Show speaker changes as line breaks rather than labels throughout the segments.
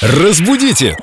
Разбудите!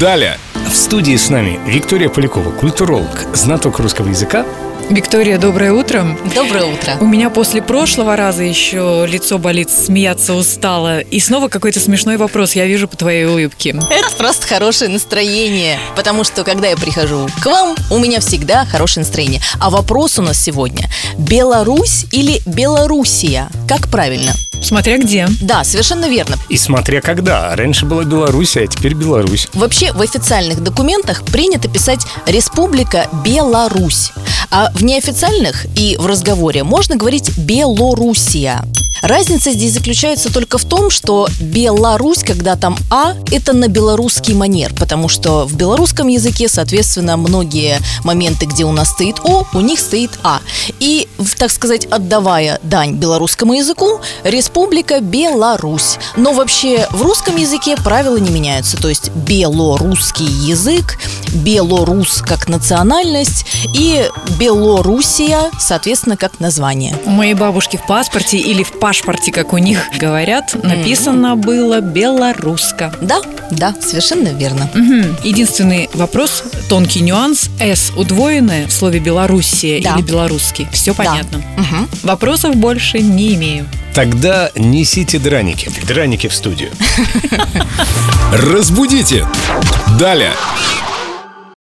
Далее!
В студии с нами Виктория Полякова, культуролог, знаток русского языка.
Виктория, доброе утро.
Доброе утро.
У меня после прошлого раза еще лицо болит, смеяться устала. И снова какой-то смешной вопрос я вижу по твоей улыбке.
Это просто хорошее настроение, потому что когда я прихожу к вам, у меня всегда хорошее настроение. А вопрос у нас сегодня – Беларусь или Белоруссия? Как правильно?
Смотря где.
Да, совершенно верно.
И смотря когда. Раньше была Беларусь, а теперь Беларусь.
Вообще в официальных документах принято писать «Республика Беларусь», а в неофициальных и в разговоре можно говорить «Белоруссия». Разница здесь заключается только в том, что Беларусь, когда там «а», это на белорусский манер, потому что в белорусском языке, соответственно, многие моменты, где у нас стоит «о», у них стоит «а». И, в- так сказать, отдавая дань белорусскому языку, Республика Беларусь. Но вообще в русском языке правила не меняются, то есть белорусский язык, белорус как национальность и Белоруссия, соответственно, как название.
У моей бабушки в паспорте или в пашпорте, как у них говорят, написано было «белоруска».
Да, да, совершенно верно.
Мгм. Хм. Единственный вопрос, тонкий нюанс. «С» удвоенное в слове «Белоруссия»
Да.
или «белорусский». Все понятно.
Мгм.
Вопросов больше не имею.
Тогда несите драники. Драники в студию.
Разбудите! Далее!